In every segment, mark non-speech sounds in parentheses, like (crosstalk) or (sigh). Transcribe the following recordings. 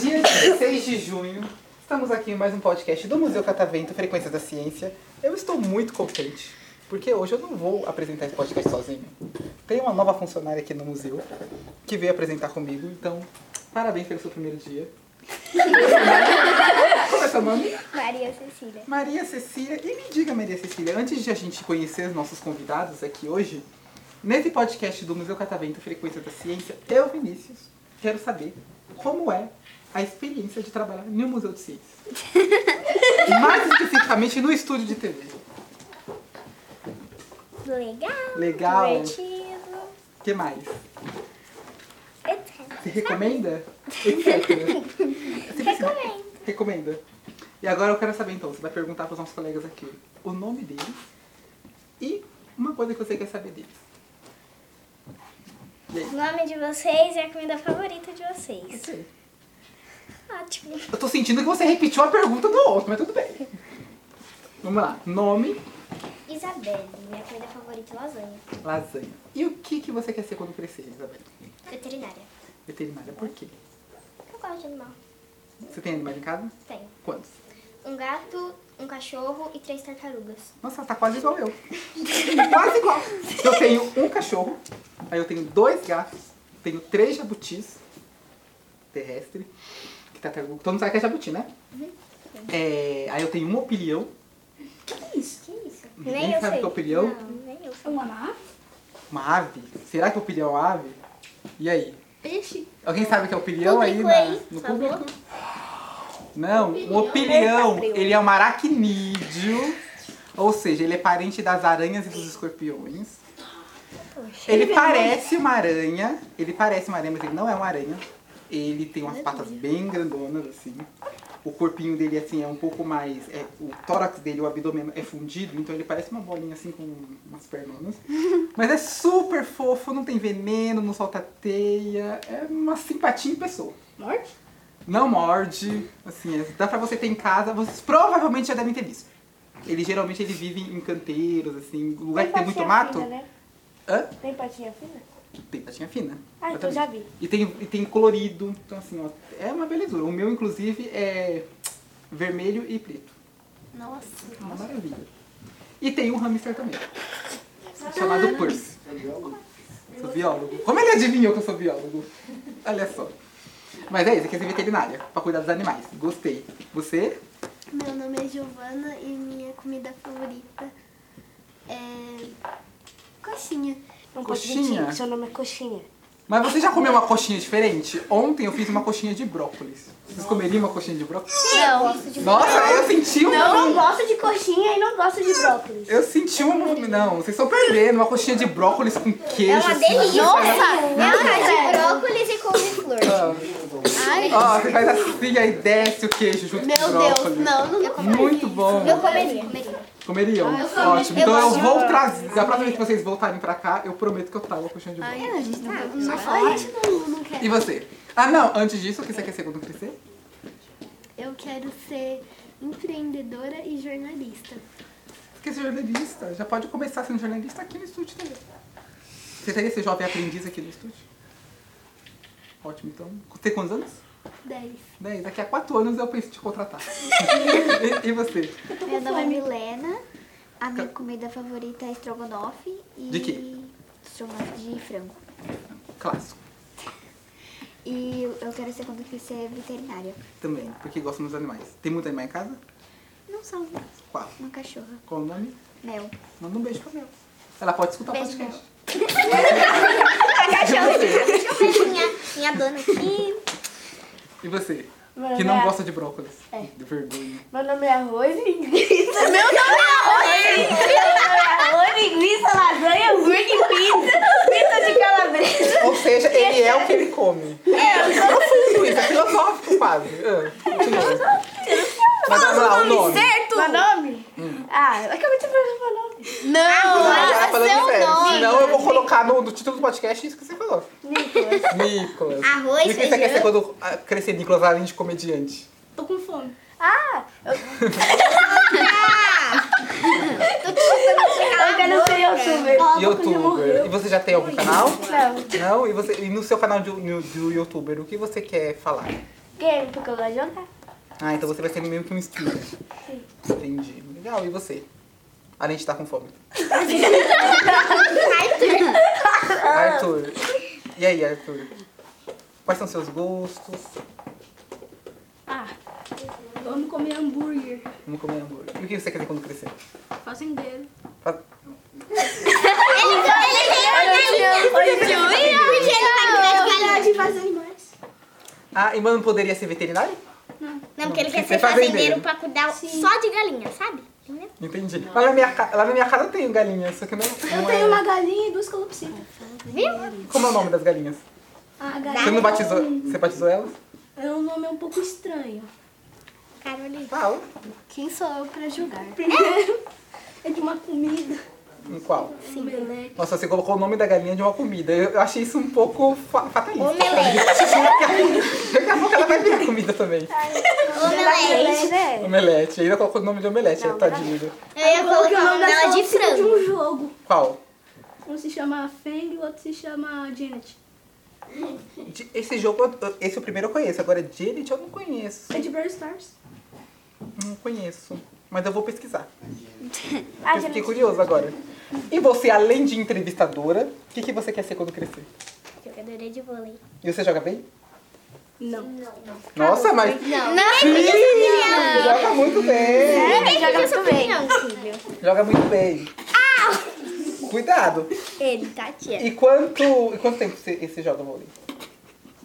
Dia 16 de junho, estamos aqui em mais um podcast do Museu Catavento Frequência da Ciência. Eu estou muito contente, porque hoje eu não vou apresentar esse podcast sozinho. Tem uma nova funcionária aqui no museu que veio apresentar comigo, então parabéns pelo seu primeiro dia. (laughs) Qual é seu nome? Maria Cecília. Maria Cecília. E me diga, Maria Cecília, antes de a gente conhecer os nossos convidados aqui hoje, nesse podcast do Museu Catavento Frequência da Ciência, eu, Vinícius, quero saber como é a experiência de trabalhar no Museu de Ciências. Mais especificamente no estúdio de TV. Legal. Legal. Divertido. O que mais? Etc. Você recomenda? Etc. Você precisa- Recomendo. Recomenda. E agora eu quero saber então, você vai perguntar para os nossos colegas aqui o nome deles e uma coisa que você quer saber deles. E aí? O nome de vocês e a comida favorita de vocês. Ok. Ótimo. Eu tô sentindo que você repetiu a pergunta do outro, mas tudo bem. Vamos lá. Nome, Isabelle, minha comida favorita é lasanha. lasanha. E o que, que você quer ser quando crescer, Isabel? Veterinária. Veterinária, por quê? Eu gosto de animal. Você tem animais em casa? Tenho. Quantos? Um gato, um cachorro e três tartarugas. Nossa, ela tá quase igual eu. quase igual. Eu tenho um cachorro, aí eu tenho dois gatos, tenho três jabutis terrestre, que tá tartaruga. Todo mundo sabe que é jabuti, né? É, aí eu tenho um opilião. Que isso? Ninguém nem eu sabe sei. que é opinião? Não, nem eu sei. Uma ave? Será que o opilião é uma ave? E aí? Peixe? Alguém sabe o que é opilião aí, Público na- aí, por no favor. público? Não, o opilião, ele é um aracnídeo, ou seja, ele é parente das aranhas e dos escorpiões. Ele parece uma aranha, ele parece uma aranha, mas ele não é uma aranha. Ele tem umas patas bem grandonas, assim. O corpinho dele, assim, é um pouco mais... é, o tórax dele, o abdômen é fundido, então ele parece uma bolinha, assim, com umas pernonas. Mas é super fofo, não tem veneno, não solta teia. É uma simpatia em pessoa. Morte? Não morde, assim, é- dá pra você ter em casa, vocês provavelmente já devem ter visto. Ele geralmente ele vive em canteiros, assim, lugar que tem muito mato. Fina, né? Hã? Tem patinha fina? Tem patinha fina. Ah, então exatamente. já vi. E tem, e tem colorido, então assim, ó, é uma belezura. O meu, inclusive, é vermelho e preto. Nossa. Uma maravilha. E tem um hamster também. Chamado Percy. Sou biólogo. Como ele adivinhou que eu sou biólogo? Olha só. Mas é isso, aqui é ser veterinária, pra cuidar dos animais. Gostei. Você? Meu nome é Giovana e minha comida favorita é coxinha. Não Coxinha? pode mentir, seu nome é coxinha. Mas você já comeu uma coxinha diferente? Ontem eu fiz uma coxinha de brócolis. Vocês comeriam uma coxinha de brócolis? Não. Nossa, eu senti um... Eu não gosto de coxinha e não gosto de brócolis. Eu senti uma movimento. Não, vocês estão perdendo. Uma coxinha de brócolis com queijo. É uma assim, delícia. ó. tá é de brócolis e couve-flor. Ó, você faz assim, aí desce o queijo junto com o brócolis. não, não. Muito bom. Eu comeria. Comeriam. Ótimo. Então eu vou trazer. Da próxima vez que vocês voltarem pra cá, eu prometo que eu trago uma coxinha de brócolis. Não fala isso, não, não é. quero. E você? Ah, não. Antes disso, o que você quer ser quando crescer? Eu quero ser empreendedora e jornalista. Porque ser jornalista. Já pode começar sendo jornalista aqui no estúdio também. Você teria esse jovem aprendiz aqui no estúdio? Ótimo, então. Tem quantos anos? 10. Né? Daqui a quatro anos eu penso em te contratar. (laughs) e, e você? Meu nome é Milena. A minha comida favorita é estrogonofe e. De quê? Estrogonofe de frango. Clássico. E eu quero ser quando crescer veterinária. Também, porque gostam dos animais. Tem muito animal em casa? Não só uma, Qual? uma cachorra. Qual o nome? Mel. Manda um beijo pra Mel. Ela pode escutar o Beijo, podcast. (laughs) Minha, minha dona aqui. E você? Meu Que nome não é- gosta de brócolis. De vergonha. Meu nome é arroz e linguiça. (laughs) Meu nome é arroz e linguiça. Meu nome é arroz, linguiça, lasanha, hambúrguer e pizza. Pizza de calabresa. Ou seja, ele é o que ele come. É, profundo isso, é filosófico quase. Ah, continua. Mas vamos lá, o nome. Meu nome? Hum. Ah, eu acabei de perguntar meu nome. Ah, Não, ela tá falando sério. Senão eu vou colocar no, no título do podcast isso que você falou. Nicolas. Nicolas. Arroz, E o que você quer feijão. ser quando ah, crescer, Nicolas, além de comediante? Tô com fome. Ah! Eu quero ser youtuber. Youtuber. E você já tem algum canal? Não. Não? E, você, e no seu canal de, no- do Youtuber, o que você quer falar? Game, porque eu gosto de jantar. Ah, então você vai ser meio que um streamer. Entendi. Legal, e você? Além de estar com (laughs) fome. Arthur. Arthur. E aí, Arthur? Quais são seus gostos? Ah, eu amo comer hambúrguer. Vamos comer hambúrguer. E o que você quer ser quando crescer? Fazendeiro. Fa- é tá? Ah, e mano, poderia ser veterinário? Não, porque ele quer Você ser é fazendeiro fazendeiro. pra cuidar só de galinha, sabe? Entendeu? Entendi. Lá na, minha, ca- lá na minha casa eu tenho galinha, só que não, não Eu é... tenho uma galinha e duas calopsitas. Viu? Como é o nome das galinhas? Ah, A Você não galinha batizou, você batizou elas? é um nome um pouco estranho. Carolina. Qual? Quem sou eu pra julgar? Primeiro é de uma comida. Em qual? Sim. Omelete. Nossa, você colocou o nome da galinha de uma comida. Eu, eu achei isso um pouco fa fatalista. Omelete. (laughs) Daqui a pouco ela vai virar comida também. Omelete. né? Omelete. Ainda colocou o nome de omelete, tadinho. Eu ia Coloquei colocar o nome dela é de calopsita de frango. um jogo. Qual? Um se chama Fang e o outro se chama Janet. De- Esse jogo, eu- esse é o primeiro eu conheço. Agora, Janet eu não conheço. É de Brawl Stars. Não conheço. Mas eu vou (laughs) pesquisar. Ah, eu fiquei Janet. curioso agora. E você, além de entrevistadora, o que, que você quer ser quando crescer? Jogadora de vôlei. E você joga bem? Não. Nossa, mas... Não, assim, Sim, joga muito bem. ninguém joga pediu sua muito bem. opinião, filho. Joga muito bem. Cuidado. Ele tá tia. E quanto, e quanto tempo você, você joga vôlei?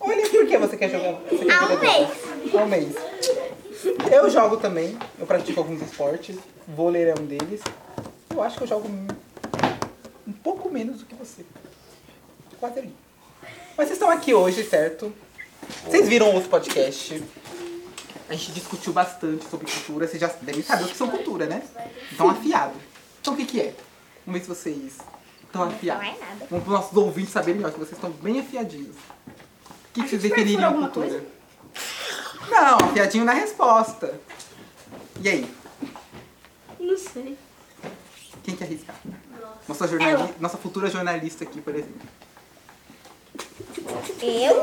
Olha, por que você quer jogar? Você quer Há jogar um vôlei? mês. Há um mês. Eu jogo também. Eu pratico alguns esportes. Vôlei é um deles. Eu acho que eu jogo um, um pouco menos do que você. Quase ali. Mas vocês estão aqui hoje, certo? Vocês viram outro podcast. A gente discutiu bastante sobre cultura. Vocês já devem saber o que são cultura, né? Então, afiado. Então, o que, que é? Vamos ver se vocês estão afiados. falar nada. Vamos para nossos ouvintes saberem melhor, que vocês estão bem afiadinhos. O que, que vocês gente perguntou definiriam alguma cultura? Não, afiadinho na resposta. E aí? Não sei. Quem quer arriscar? Nossa, jornali... Nossa futura jornalista aqui, por exemplo. Eu?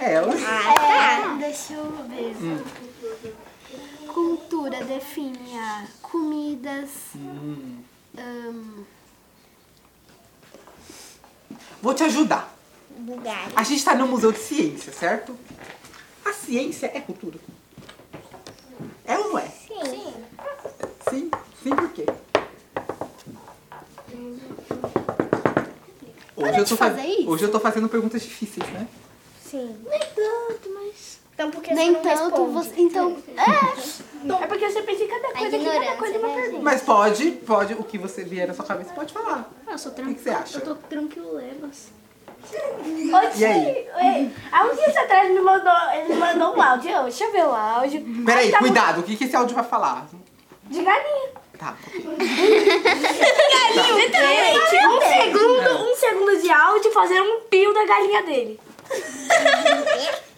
Ela. É, deixa eu ver. Cultura define a comidas. Hum. ahn, Vou te ajudar. Bulgária. A gente está no Museu de Ciência, certo? A ciência é cultura. É ou não é? Sim. Sim. Sim. Sim, por quê? Hoje eu, tô fa- fazer isso? Hoje eu tô fazendo perguntas difíceis, né? nem tanto, mas. Então por que nem você não tanto, responde? você. Então. É porque você pensa em cada A coisa que cada coisa é ignorância, uma né, pergunta. Mas pode, pode, o que você vier na sua cabeça, pode falar. Ah, Eu sou O que, que você acha? Eu tô tranquilebas. Ô, E aí? Ti, ei, Há uns dias atrás ele mandou, ele mandou um áudio. Eu, Deixa eu ver o áudio. Peraí, Aí tá tava cuidado, o que, que esse áudio vai falar? De galinha. Tá, ok. Gente, um segundo, um segundo de áudio fazer um pio da galinha dele.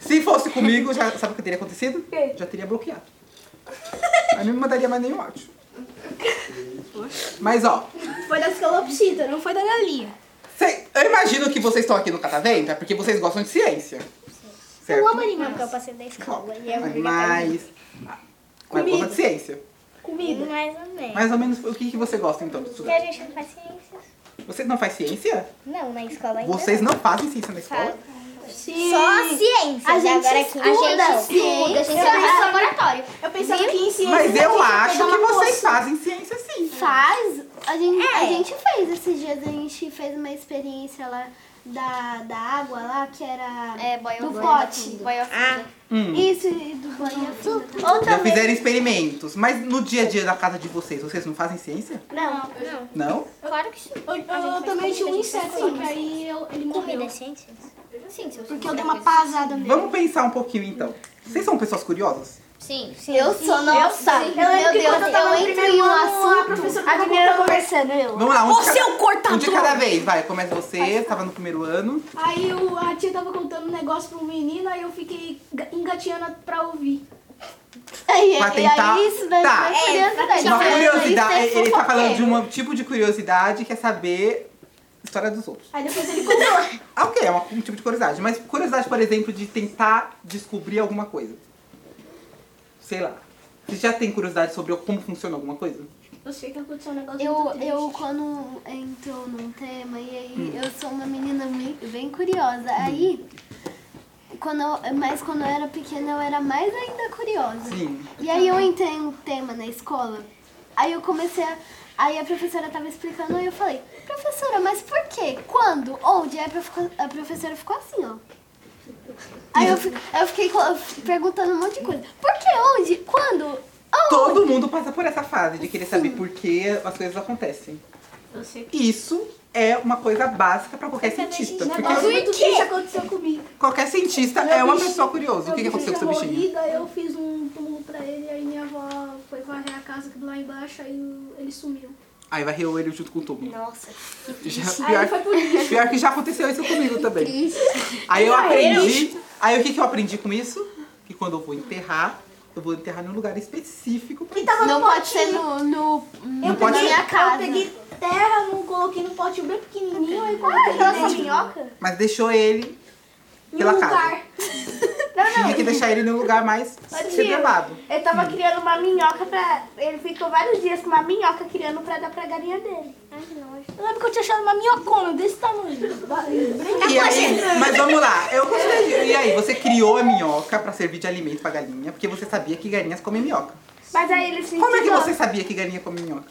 Se fosse comigo, já sabe o que teria acontecido? quê? Já teria bloqueado. Aí não me mandaria mais nenhum áudio. Mas ó, Foi das calopsitas, não foi da galinha. cê- eu imagino que vocês estão aqui no Catavento é porque vocês gostam de ciência. Certo? Eu amo animal porque eu passei da escola. E é obrigatório. Mas. Mas gosta de ciência. Comida. Mais ou menos. Mais ou menos o que, que você gosta então? de E estudar? a gente não faz ciências? Vocês não fazem ciência? Não, na escola ainda. Vocês não fazem ciência na escola? Sim. Só assim. ciências. A gente Agora estuda a gente estuda, a gente ciência. faz laboratório. Eu pensava que em ciência Mas eu acho pegar que uma vocês fazem ciência sim. Faz. A gente, a É. gente fez esses dias, a gente fez uma experiência lá da, da água lá, que era É, boy do of pote. Ah, Hum. Isso, e do banho. tudo. Já fizeram experimentos, mas no dia a dia da casa de vocês, vocês não fazem ciência? não. Não? Claro que sim. Eu, eu, eu também tinha um inseto, só que aí eu- ele morreu. é Comida ciências? Sim, se eu Porque eu dei uma pasada nele. Vamos pensar um pouquinho então. Vocês são pessoas curiosas? Sim, sim. Eu sou, nossa. Eu lembro Meu que Deus, quando eu tava no entro primeiro em um ano, Tá, a assunto. professora a primeira conversando, eu. Vamos lá, um de cada, cortador! um de cada vez. Vai, começa você, tava no primeiro ano. Aí o, a tia tava contando um negócio pra um menino, aí eu fiquei ga- engatinhando pra ouvir. Aí, Pra aí tentar- isso daí tá. é curiosidade. Uma Isso é curiosidade. Ele tá falando de fofoqueiro. um tipo de curiosidade que é saber história dos outros. Aí depois ele comprou. Ah, ok, é uma- um tipo de curiosidade. Mas curiosidade, por exemplo, de tentar descobrir alguma coisa. Sei lá. Você já tem curiosidade sobre como funciona alguma coisa? (laughs) Eu sei que aconteceu um negócio muito Eu, triste. eu quando entro num tema, e aí Hum. eu sou uma menina bem, bem curiosa. Aí, quando eu, mas quando eu era pequena, eu era mais ainda curiosa. Sim. E aí eu entrei num tema na escola, aí eu comecei a. Aí a professora tava explicando e eu falei, professora, mas por quê? Quando? Onde? Aí a, prof- a professora ficou assim, ó. Aí eu, fi- eu fiquei co- perguntando um monte de coisa. Por quê? Onde? Quando? Onde? Todo mundo passa por essa fase de querer saber por que as coisas acontecem. Eu sei que. Isso é uma coisa básica pra qualquer cientista. Esse Porque negócio tá- muito triste aconteceu comigo. qualquer cientista Meu é uma bichinho- pessoa curiosa. O que, que meu aconteceu com seu bichinho tinha bichinho? morrido, aí eu fiz um túmulo pra ele, aí minha avó foi varrer a casa que lá embaixo, aí o- ele sumiu. Aí varreu ele junto com o túmulo. Nossa. Já- Aí foi pior, por isso. pior que já aconteceu isso comigo também. Aí eu aprendi. Aí o que, que eu aprendi com isso? Que quando eu vou enterrar, eu vou enterrar num lugar específico. pra Então, isso. Não pode ser no, no, Não na pode ser. minha casa. Eu peguei terra, não coloquei num potinho bem pequenininho e coloquei nossa, dentro. minhoca? Mas deixou ele Em pela um casa. lugar. Tinha que deixar ele num lugar mais reservado. Eu tava criando uma minhoca pra... Ele ficou vários dias com uma minhoca criando pra dar pra galinha dele. Ai, que nojo. Eu lembro que eu tinha achado uma minhocona desse tamanho. Tá E aí, mas vamos lá, eu gostei. de- E aí, você criou a minhoca pra servir de alimento pra galinha, porque você sabia que galinhas comem minhoca. Mas aí ele se Como é que ensinou. você sabia que galinha come minhoca?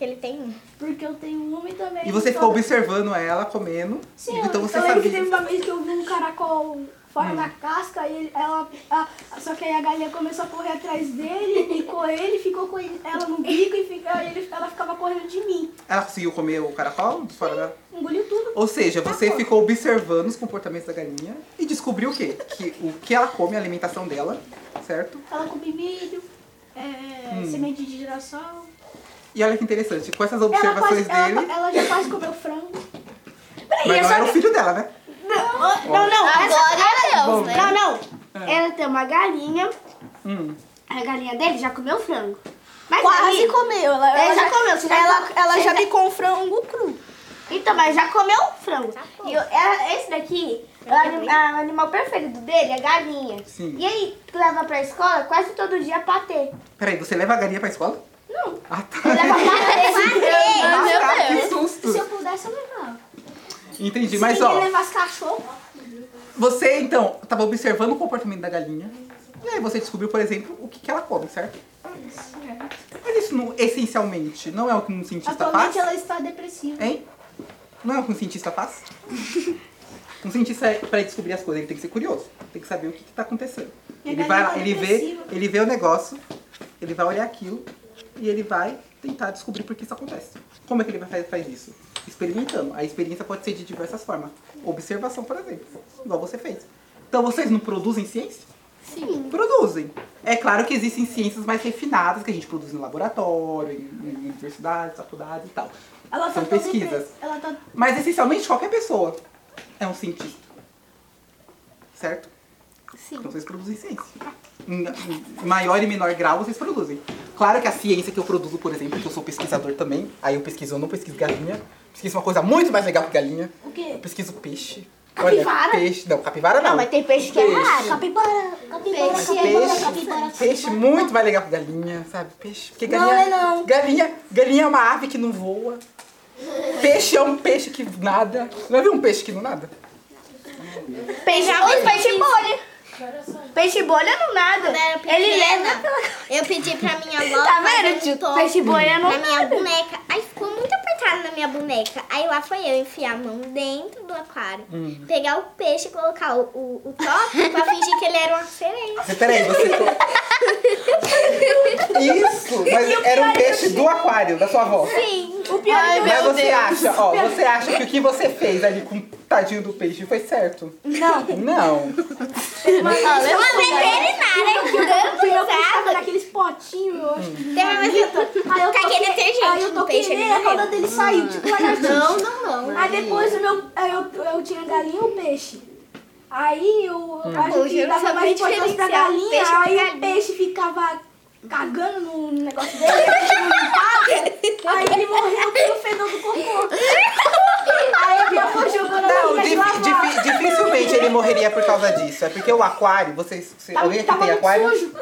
Ele tem um. Porque eu tenho uma e também. E você ficou toda- observando ela comendo, Sim, então eu- você Hum. eu lembro que teve sabia. uma vez que eu vi um caracol fora da casca e ele- ela, a- só que aí a galinha começou a correr atrás dele, picou ele, ficou com ele- ela no bico e fica- ele- ela ficava correndo de mim. Ela conseguiu comer o caracol fora dela? Engoliu tudo. Ou seja, você ficou observando os comportamentos da galinha e descobriu o quê? Que o que ela come, a alimentação dela, certo? Ela come milho, é, Hum. semente de girassol. E olha que interessante, com essas Ela, quase, observações ela, dele, ela já quase comeu frango. mas não era o filho dela, né? Não, não, essa- Glória a Deus, Bom, né? não, não. Ela tem uma galinha, Hum. a galinha dele já comeu frango. Mas Quase aí- comeu. Ela, ela Ela já, já comeu, você já- ela, ela você já já- picou um frango cru. Então, mas já comeu o frango. E eu- é- esse daqui, é o anim- a- o animal preferido dele é galinha. Sim. E aí, tu leva pra escola quase todo dia patê. Peraí, você leva a galinha pra escola? Não. Ah, tá. Leva patê. Nossa, tá, que susto. Se eu pudesse, eu levava. Entendi, Se mas ninguém ó, levasse cachorro, você então estava observando o comportamento da galinha. E aí você descobriu, por exemplo, o que, que ela come, certo? Mas isso não, essencialmente não é o que um cientista faz? Atualmente ela está depressiva. Hein? Não é o que um cientista (laughs) faz? Um cientista, para descobrir as coisas, ele tem que ser curioso. Tem que saber o que está acontecendo. E a Ele galinha vai lá, tá ele vê, depressiva. ele vê o negócio, ele vai olhar aquilo e ele vai tentar descobrir por que isso acontece. Como é que ele vai fazer faz isso? Experimentando. A experiência pode ser de diversas formas. Observação, por exemplo, igual você fez. Então vocês não produzem ciência? Sim. Produzem. É claro que existem ciências mais refinadas que a gente produz em laboratório, em, em universidades, faculdades e tal. Ela São tá tão pesquisas. depre- Ela tá Mas essencialmente qualquer pessoa é um cientista. Certo? Sim. Então vocês produzem ciência. Em em maior e menor grau vocês produzem. Claro que a ciência que eu produzo, por exemplo, que eu sou pesquisador também, aí eu pesquiso, eu não pesquiso galinha, pesquiso uma coisa muito mais legal que galinha. O quê? Eu pesquiso peixe. Capivara? peixe. Não, capivara não. não, mas tem peixe que é Peixe. raro. Capibara, capibara, Mas peixe, peixe muito mais legal que galinha, sabe? Peixe. Porque Não, galinha, não é não. galinha, galinha é uma ave que não voa. Peixe é um peixe que nada. Não viu um peixe que não nada? Peixe, os peixe bolha. Peixe bolha não nada. Quando eu era pequena, Ele leva pela... Eu pedi pra minha avó Tá fazer vendo, um tio? top tipo Peixe bolha não na minha boneca. Aí ficou muito apertado na minha boneca. Aí lá foi eu enfiar a mão dentro do aquário, Hum. pegar o peixe e colocar o, o, o top pra fingir que ele era uma sereia. Mas peraí, você. Isso! Mas era um peixe do aquário, da sua avó. Sim. O pior é que Mas você acha, ó, você acha que o que você fez ali com o tadinho do peixe foi certo? Não. Não. Uma veterinária que (laughs) Eu fui eu que usava. estava naqueles potinhos, eu acho que. Tem uma vez que eu tô- Aí eu Com aquele toquei- detergente Aí eu no toquei peixe, ele nele, a morreu. cauda dele saiu, tipo lagartixa. Hum. não, não. Aí depois o meu. aí Eu, eu tinha a galinha e o peixe. Aí o, a Bom, gente eu não dava mais sabia importância pra diferenciar galinha, peixe pra aí o galinha. peixe ficava cagando no negócio dele, (laughs) a gente não limpava, aí ele morreu pelo fedor (laughs) do cocô. Aí ele avó jogou na Não, galinha de difi- lavar. difi- dificilmente ele morreria por causa disso. É porque o aquário, vocês. Você, Tava, alguém aqui Tá- tava tem muito aquário? sujo.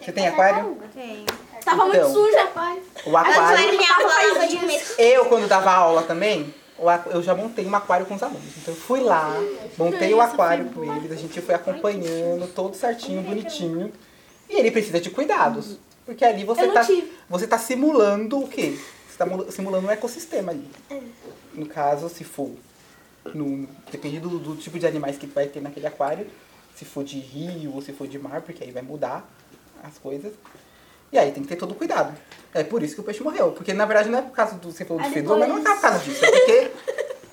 Você tem aquário? Tem. Tava muito Então. sujo, rapaz. O aquário. Agora é minha avó lava de medo. Eu, quando dava aula também, o aqu- eu já montei um aquário com os alunos. Então eu fui lá, montei o aquário com eles, a gente foi acompanhando, todo certinho, bonitinho. E ele precisa de cuidados. Porque ali você Uhum. Eu não tá, tive. você tá simulando o quê? Você tá mul- simulando um ecossistema ali. No caso, se for. No, depende do, do tipo de animais que vai ter naquele aquário. Se for de rio ou se for de mar, porque aí vai mudar as coisas. E aí tem que ter todo cuidado. É por isso que o peixe morreu. Porque na verdade não é por causa do. Você falou do Aí fedor, mas não é por causa disso. É porque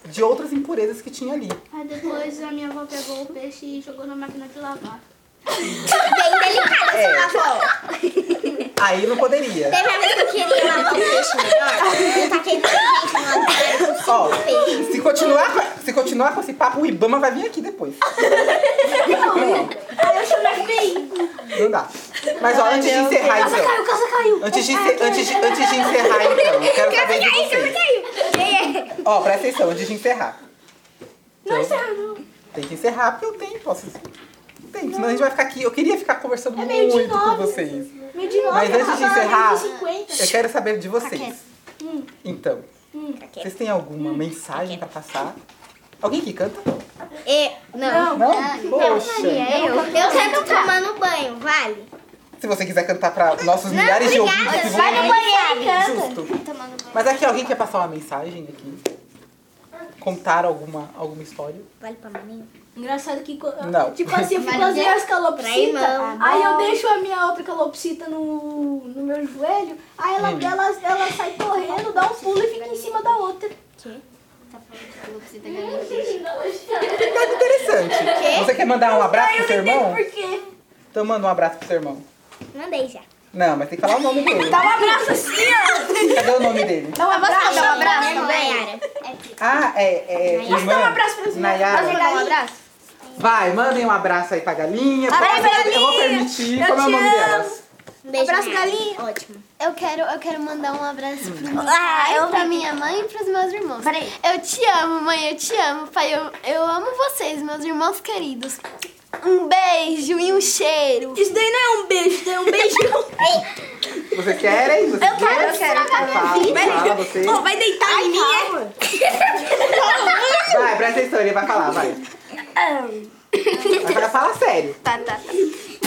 de outras impurezas que tinha ali. Aí depois a minha avó pegou o peixe e jogou na máquina de lavar. Bem delicada É. essa avó. Aí não poderia. Teve a vez que eu queria lavar o peixe melhor. Eu é taquei detergente no lado Ó, do peixe. se continuar, com- se continuar com esse papo, o Ibama vai vir aqui depois. Aí eu chamei bem. Não dá. Mas ó, antes de encerrar, então. casa caiu. Antes É, de, encer- antes, de- antes de encerrar, então, eu quero saber de vocês. Ó, presta atenção, antes de encerrar. Então, é Tem que encerrar porque eu tenho, posso. Tem, senão a gente vai ficar aqui. Eu queria ficar conversando É meio de muito com nove. vocês. Meio de nove, Mas antes de ela tava encerrar, É meio de 50. eu quero saber de vocês. Então, vocês têm alguma mensagem pra passar? Alguém que canta? E, É, não. Não? Poxa! Eu, eu quero tomando banho, vale? Se você quiser cantar pra nossos milhares de obrigada. ouvintes, vão Vai no ouvir, banheiro e justo. Mas aqui, alguém quer passar uma mensagem aqui? Contar alguma, alguma história? Vale pra menina? Engraçado que, co- Não. tipo assim, eu fui fazer as calopsitas, Pra irmão. aí eu deixo a minha outra calopsita no, no meu joelho, aí ela, ela, ela sai correndo, dá um pulo e fica em cima da outra. Que? Mas interessante. Você quer mandar um abraço pro seu irmão? Por quê? Então manda um abraço pro seu irmão. Mandei já. Não, mas tem que falar o nome dele. Dá um abraço assim, ó. Cadê o nome dele? Dá um abraço, Dá um abraço também. Nayara. Ah, é. é Mas dá um irmã? abraço pra você. Nayara. Dá um abraço. Vai, mandem um abraço aí pra galinha. Abraço, Pode- Eu vou galinha. permitir. Eu Como é o te nome amo. delas? Um beijo, Abraço, Nayara. galinha. Ótimo. Eu quero, eu quero mandar um abraço pro meu Ah, pai, eu pra vi. minha mãe e pros meus irmãos. Peraí. Eu te amo, mãe, eu te amo, pai. Eu, eu amo vocês, meus irmãos queridos. Um beijo e um cheiro. Isso daí não é um beijo, isso daí é um beijão. Vocês querem? Vocês eu quero, eu quero. Fala, fala, vocês. vai deitar em mim, tá? é? Vai, presta atenção, ele vai falar, vai. Agora fala sério. Tá, tá, tá.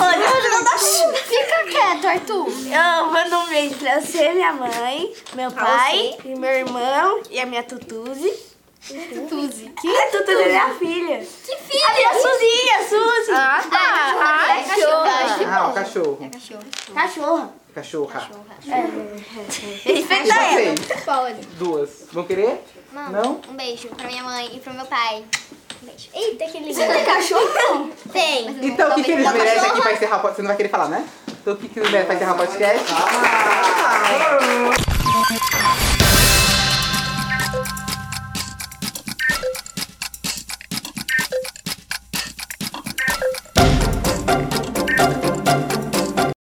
Olha, não dá chuva. Fica quieto, Arthur. Eu mando um beijo pra você, minha mãe, meu pai, e meu irmão e a minha Tutuzi. Tuzi. Que? A Tutuzi é minha filha. Que filha! A Suzy, a Suzy. Ah, tá. Ah, cachorro. Ah, o cachorro. Cachorra. Cachorra. E Respeita ela. vocês? Duas. Vão querer? Não? Um beijo pra minha mãe e pro meu pai. Um Eita, que lindo. Tem cachorro, não? Tem. Então, o que, que eles Não, merecem aqui cachorro. pra encerrar o podcast? Você não vai querer falar, né? Então, o que, que eles merecem pra encerrar o podcast? Ah!